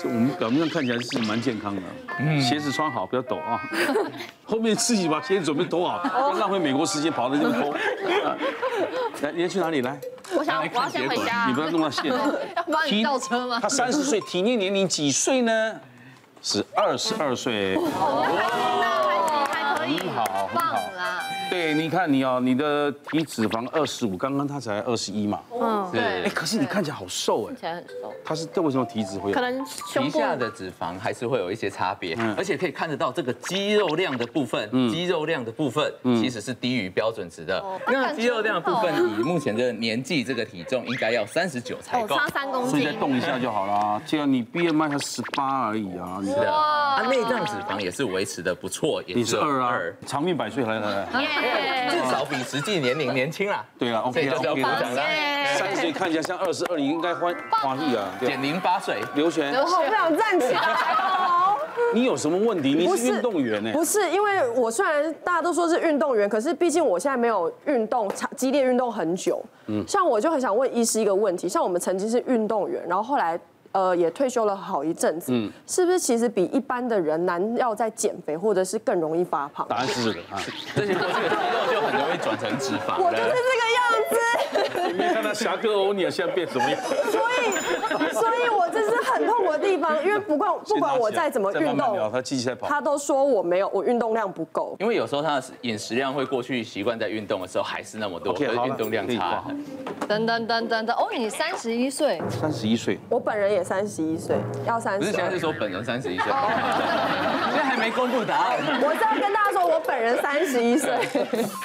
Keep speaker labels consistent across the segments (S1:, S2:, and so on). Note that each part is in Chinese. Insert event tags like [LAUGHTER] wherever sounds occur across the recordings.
S1: 是我们表面上看起来是蛮健康的，鞋子穿好，不要抖啊。 [LAUGHS] 后面自己把鞋子准备抖好，不要浪费美国时间跑到那边偷。啊来，你要去哪里？来，
S2: 我想我要先回家
S1: 你不要弄到线。
S2: [LAUGHS] 要帮你倒车吗
S1: 他？三十岁，体内年龄几岁呢？是二十二岁。
S2: 哦还可以，
S1: 很好很好
S2: 棒啊啦！
S1: 对，你看你哦，你的体脂肪二十五，刚刚他才二十一嘛。
S3: 嗯，
S1: 哎，
S4: 是
S1: 可是你看起来好瘦哎，
S2: 哦起来很瘦，
S1: 他是为什么体脂会有
S3: 可？能胸
S4: 皮
S3: 部
S4: 下的脂肪还是会有一些差别
S1: 嗯，
S4: 而且可以看得到这个肌肉量的部分，肌肉量的部分
S1: 嗯
S4: 其实是低于标准值的。那肌肉量的部分，以目前的年纪这个体重，应该要三十九才
S3: 哦
S4: 够。
S3: 差三公
S1: 所以
S3: 斤
S1: 再，动一下就好啦。既然你 BMI 才十八而已啊，你
S4: 是的，啊，内脏脂肪也是维持的不错，也
S1: 你是
S4: 有
S1: 二啊，长命百岁，来来来，
S4: 至少比实际年龄年轻啦。
S1: 对了
S4: 所
S1: ，OK
S4: 以就
S1: 了
S4: 不要鼓
S1: ，OK 了。
S4: 掌啦，
S1: 三十岁看起来像二十二，你应该欢欢喜啊。 [LAUGHS] 对啊，
S4: 减零八岁。
S1: 刘璇，
S5: [LAUGHS]
S2: 我好
S5: 想站起来
S1: [LAUGHS]
S5: 哦。
S1: 你有什么问题？你啊是运动员欸呢？
S5: 不是，因为我虽然大家都说是运动员，可是毕竟我现在没有运动长激烈运动很久。嗯，像我就很想问医师一个问题，像我们曾经是运动员，然后后来呃也退休了好一阵子，
S1: 嗯
S5: 是不是其实比一般的人难要在减肥，或者是更容易发胖？
S1: 答案是这个啊，
S4: 这些过去的肌肉就很容易转成脂肪
S5: 我就是
S4: 了。
S5: 这个样子。
S1: [LAUGHS] 你没看到侠哥欧尼尔现在变什么样？
S5: [LAUGHS] 所以，所以我这是很痛苦的地方，因为不管不
S1: [LAUGHS]
S5: 管我再怎么
S1: 再慢
S5: 运
S1: 慢聊他
S5: 动，
S1: 继续在跑。
S5: 他都说我没有，我运动量不够。
S4: 因为有时候他的饮食量会过去习惯在运动的时候还是那么多，
S1: OK，
S4: 可是
S1: 好了
S4: 运动量
S1: 可以挂
S4: 差
S1: 好。
S2: 等等等等等，哦，你三十一岁，
S1: 三十一岁，
S5: 我本人也三十一岁，要三
S4: 不是
S5: 十
S4: 现在是
S5: 二。
S4: 说本人三十一岁， [LAUGHS] 现在还没公布答案。
S5: 我是要跟大家说，我本人三十一岁。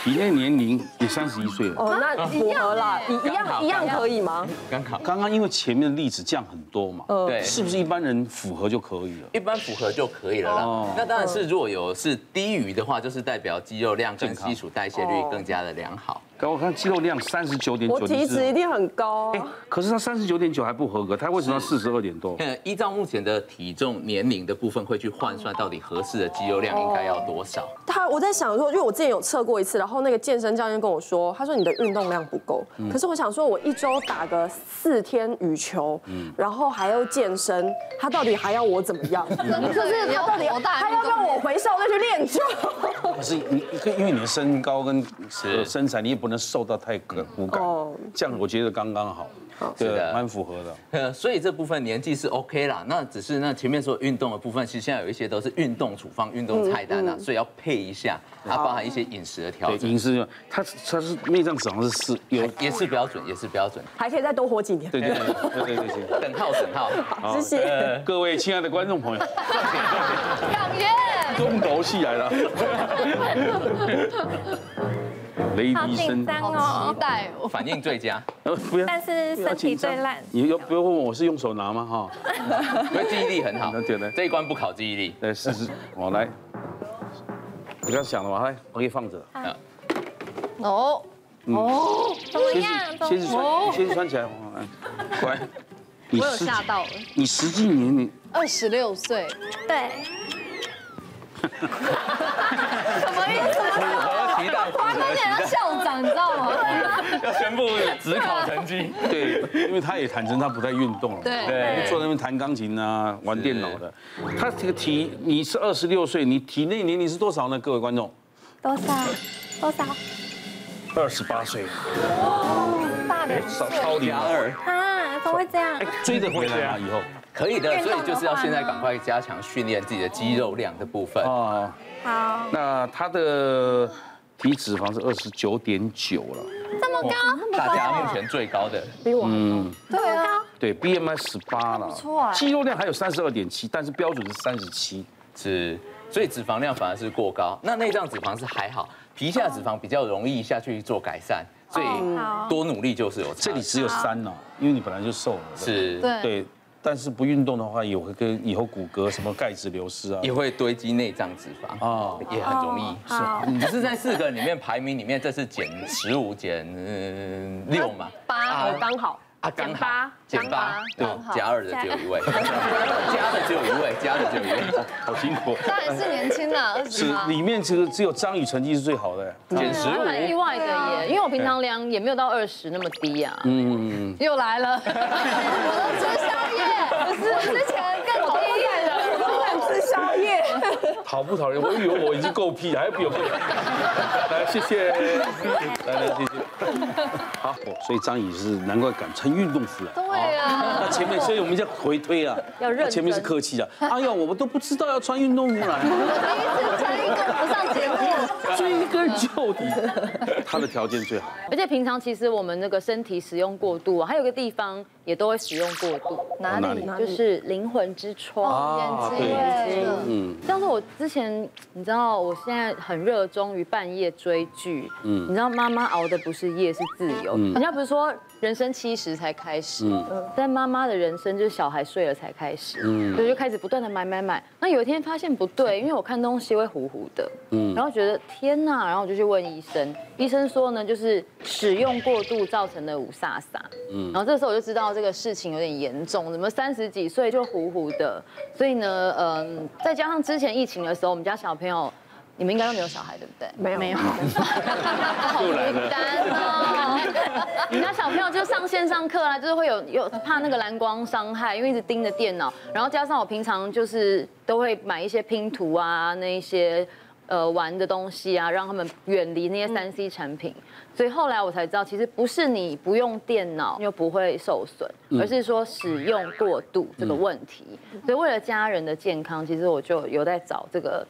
S1: 体内年龄也三十一岁了。
S5: 哦，那符合啦，一欸一
S4: 刚好
S5: 样一样可以吗？
S4: 刚好
S1: 刚刚因为前面的例子降很多嘛，
S5: 呃
S4: 对
S1: 是不是一般人符合就可以了？
S4: 一般符合就可以了啦。那当然是如果有是低于的话，就是代表肌肉量跟基础代谢率更加的良好。
S1: 刚我看肌肉量三十九点
S5: 我
S1: 九，
S5: 体脂一定很高
S1: 哎
S5: 啊。，
S1: 可是他三十九点九还不合格，他为什么要四十二点多？
S4: 呃，依照目前的体重年龄的部分，会去换算到底合适的肌肉量应该要多少。
S5: 他我在想说，因为我之前有测过一次，然后那个健身教练跟我说，他说你的运动量不够。可是我想说，我一周打个四天羽球，然后还要健身，他到底还要我怎么样？就是他到底
S2: 好大
S5: 他要让我回校再去练球？ [LAUGHS]
S1: 可是你因为你的身高跟
S4: 是
S1: 身材，你也不能瘦到太骨感
S5: 哦，
S1: 这样我觉得刚刚好，对
S4: 是的
S1: 蛮符合的。
S4: 呃，所以这部分年纪是 OK 啦。那只是那前面说运动的部分，其实现在有一些都是运动处方、运动菜单啊，所以要配一下，它包含一些饮食的调
S1: 对，
S4: 整，
S1: 饮食他他是内脏脂肪是四有，
S4: 也是标准，也是标准。
S5: 还可以再多活几年。
S1: 对对对对对对对。
S4: 等号等号，
S5: 谢谢。
S1: 呃各位亲爱的观众朋友，
S2: 养元，
S1: 重头戏来 [LAUGHS] 了，雷
S3: 好
S1: 迪
S3: 紧
S1: 生，
S3: 张
S2: 好
S3: 哦
S2: 期，待哦。
S4: 反应最佳，
S1: 呃不要
S3: 但是身体最烂。
S1: 你要不要问我是用手拿吗？哈，
S4: 因为记忆力很好
S1: 那对的。
S4: 这一关不考记忆力，
S1: 来试试，我哦来，我刚想了嘛，来，我可以放着。
S2: 哦，
S3: 怎么
S1: 鞋子
S3: 样？
S1: 鞋子穿鞋子穿起来，哎乖。你
S2: [LAUGHS] 我有
S1: 实际
S2: 吓到了，
S1: 你实际年龄
S2: 二十六岁，
S3: 对，
S2: 什么意思？
S4: 符合期待，符
S2: 他
S4: 合期
S2: 有点像
S4: 待，
S2: 校长，你知道吗？
S4: 要宣布只考成绩。
S1: 对，因为他也坦诚他不太运动了，
S2: 对
S4: 对
S1: 坐在那边弹钢琴啊，玩电脑的。他这个体你是二十六岁，你体内年龄是多少呢？各位观众，
S3: 多少？多少？
S1: 二十八岁，
S3: 大的
S1: 少超龄
S4: 加
S1: 了，
S4: 二
S3: 啊，怎么会这样
S1: 哎？，追得回来吗？以后
S4: 可以的，
S3: 运动
S4: 所
S3: 的
S4: 以就是要现在
S3: 话呢
S4: 赶快加强训练自己的肌肉量的部分。
S1: 哦，
S3: 好，
S1: 那他的体脂肪是二十九点九了，
S3: 这么高，
S4: 大家目前最高的
S3: 对啊，
S1: 对，BMI 十八了，
S2: 错哎
S1: 肌肉量还有三十二点七，但是标准是三十七。
S4: 是，所以脂肪量反而是过高。那内脏脂肪是还好，皮下脂肪比较容易下去做改善，所以
S3: 好
S4: 多努力就是有差。
S1: 这里只有三呢，因为你本来就瘦了。
S4: 是
S2: 对
S1: 对，但是不运动的话，也会跟以后骨骼什么钙质流失啊。
S4: 也会堆积内脏脂肪
S1: 哦
S4: 哦，也很容易。
S3: 好
S4: 你不是在四个里面排名里面，这是减十五减嗯六嘛？
S2: 八
S4: 啊
S5: 刚好，
S4: 啊，刚好减八，对
S2: 刚好，
S4: 加二的只有一 [LAUGHS] 位，加的只有一位，加的只有一位，
S1: 好辛苦。
S2: 当然是年轻啦，二
S1: 是
S2: 十八。
S1: 里面这个只有张宇成绩是最好的，
S4: 减十
S2: 还蛮意
S4: 五。
S2: 外的耶，因为我平常量也没有到二十那么 [LAUGHS] 低啊。嗯，又来了，我的朱宵夜，不是之前更
S1: 讨不讨厌？我以为我已经够屁，还要比 [LAUGHS] 我更屁。来，谢谢，来来，谢谢。好，所以张宇是难怪敢穿运动服来。
S2: 对啊，
S1: 那前面，所以我们要回推啊，
S2: 要认真
S1: 前面是客气啊。哎呀，我们都不知道要穿运动服来，
S2: 我第一次穿运动服上节目。
S1: 追根究底，他的条件最好。
S2: 而且平常其实我们那个身体使用过度啊，还有个地方也都会使用过度，
S1: 哪里哪
S2: 里哦就是灵魂之窗。
S1: 啊，对，
S2: 嗯，像是我之前，你知道，我现在很热衷于半夜追剧。嗯，你知道妈妈熬的不是夜，是自由。人家不是说人生七十才开始，但妈妈的人生就是小孩睡了才开始，所以就开始不断的买买买。那有一天发现不对，因为我看东西会糊糊的，然后觉得天呐，然后我就去问医生，医生说呢，就是使用过度造成的五煞煞，然后这时候我就知道这个事情有点严重，怎么三十几岁就糊糊的，所以呢，嗯，再加上之前疫情的时候，我们家小朋友。你们应该都没有小孩，对不对？
S5: 没有没有，
S2: 好孤单哦。你家小朋友就上线上课啦，就是会有有怕那个蓝光伤害，因为一直盯着电脑，然后加上我平常就是都会买一些拼图啊，那一些呃玩的东西啊，让他们远离那些三 C 产品。所以嗯后来我才知道，其实不是你不用电脑就不会受损，而是说使用过度这个问题。所以为了家人的健康，其实我就有在找这个。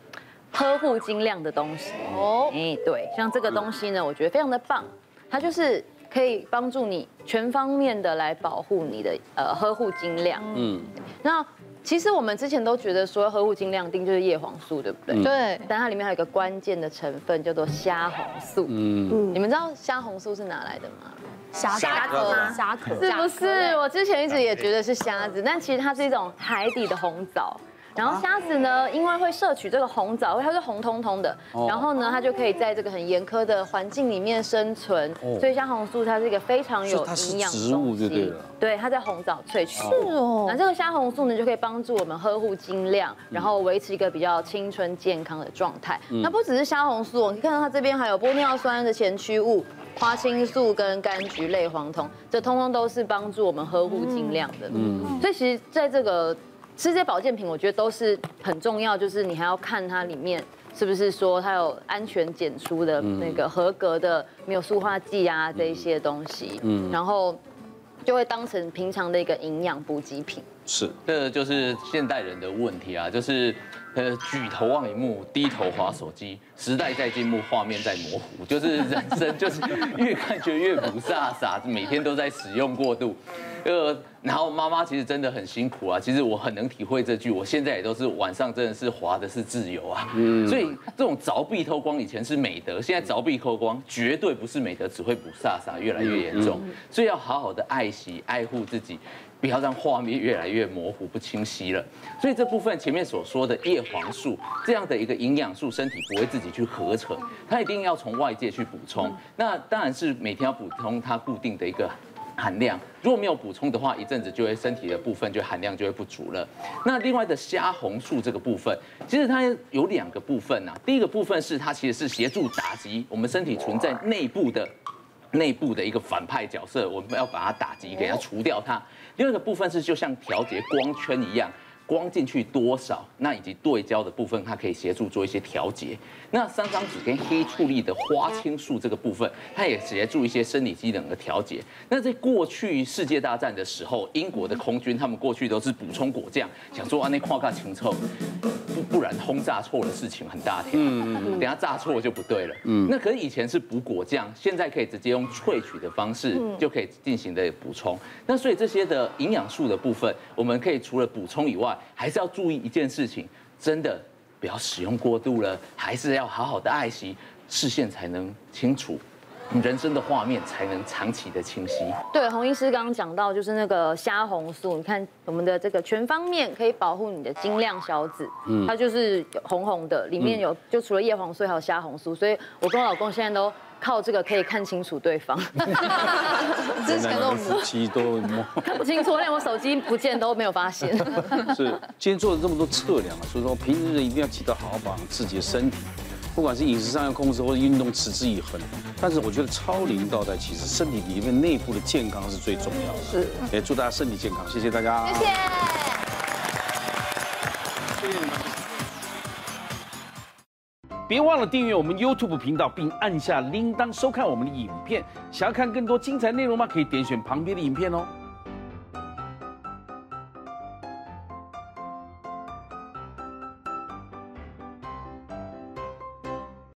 S2: 呵护精亮的东西哦，哎，对，像这个东西呢，我觉得非常的棒，它就是可以帮助你全方面的来保护你的呃呵护精亮。嗯，那其实我们之前都觉得说呵护精亮定就是叶黄素，对不对？
S6: 对
S1: 嗯
S2: 但它里面还有一个关键的成分叫做虾红素。嗯，你们知道虾红素是哪来的吗？
S5: 侠客吗？侠客
S2: 是不是？我之前一直也觉得是虾子，但其实它是一种海底的红藻。然
S1: 啊
S2: 后虾子呢，因为会摄取这个红藻，它是红彤彤的，
S1: 哦
S2: 然后呢，它就可以在这个很严苛的环境里面生存。所以虾红素它是一个非常有
S1: 哦所以它是
S2: 营养的
S1: 植物
S2: 东
S1: 就对
S2: 西
S1: 了。
S2: 对，它在红藻萃取。是哦。那这个虾红素呢，就可以帮助我们呵护精亮，然后维持一个比较青春健康的状态。那不只是虾红素，你看到它这边还有玻尿酸的前驱物。花青素跟柑橘类黄酮，这通通都是帮助我们呵护精亮的。嗯，所以其实在这个吃这些保健品，我觉得都是很重要，就是你还要看它里面是不是说它有安全检出的那个合格的，没有塑化剂啊这一些东西。嗯，然后就会当成平常的一个营养补给品。
S1: 是。
S4: 这个就是现代人的问题啊，就是呃举头望一幕，低头划手机，时代在进步，画面在模糊，就是人生就是 [LAUGHS] 越看觉得越不飒飒，每天都在使用过度。呃，然后妈妈其实真的很辛苦啊，其实我很能体会这句，我现在也都是晚上真的是划的是自由啊，所以这种凿壁偷光以前是美德，现在凿壁偷光绝对不是美德，只会不飒飒，越来越严重，所以要好好的爱惜爱护自己。不要让画面越来越模糊不清晰了。所以这部分前面所说的叶黄素这样的一个营养素，身体不会自己去合成，它一定要从外界去补充。那当然是每天要补充它固定的一个。含量如果没有补充的话，一阵子就会身体的部分就含量就会不足了。那另外的虾红素这个部分，其实它有两个部分呐、啊。第一个部分是它其实是协助打击我们身体存在内部的内部的一个反派角色，我们要把它打击，给它除掉它。另外一个部分是就像调节光圈一样。光进去多少，那以及对焦的部分，它可以协助做一些调节。那三张纸跟黑醋栗的花青素这个部分，它也协助一些生理机能的调节。那在过去世界大战的时候，英国的空军他们过去都是补充果酱，想说啊那跨大情臭，不不然轰炸错了事情很大条，等下炸错就不对了。嗯，那可是以前是补果酱，现在可以直接用萃取的方式就可以进行的补充。那所以这些的营养素的部分，我们可以除了补充以外，还是要注意一件事情，真的不要使用过度了，还是要好好的爱惜，视线才能清楚，人生的画面才能长期的清晰。
S2: 对，洪医师刚刚讲到，就是那个虾红素，你看我们的这个全方面可以保护你的晶亮小籽，它就是红红的，里面有就除了叶黄素还有虾红素，所以我跟我老公现在都靠这个可以看清楚对方， [LAUGHS]
S6: 之
S1: 男
S6: 前我
S1: 男
S6: 们
S1: 夫妻都摸
S2: 看不清楚，连我手机不见都没有发现。
S1: 是，今天做了这么多测量啊，所以说平日一定要记得好好保养自己的身体，不管是饮食上要控制，或者运动持之以恒。但是我觉得超龄倒带，其实身体里面内部的健康是最重要的。是，也祝大家身体健康，谢谢大家。谢谢。别忘了订阅我们 YouTube 频道，并按下铃铛收看我们的影片。想要看更多精彩内容吗？可以点选旁边的影片哦。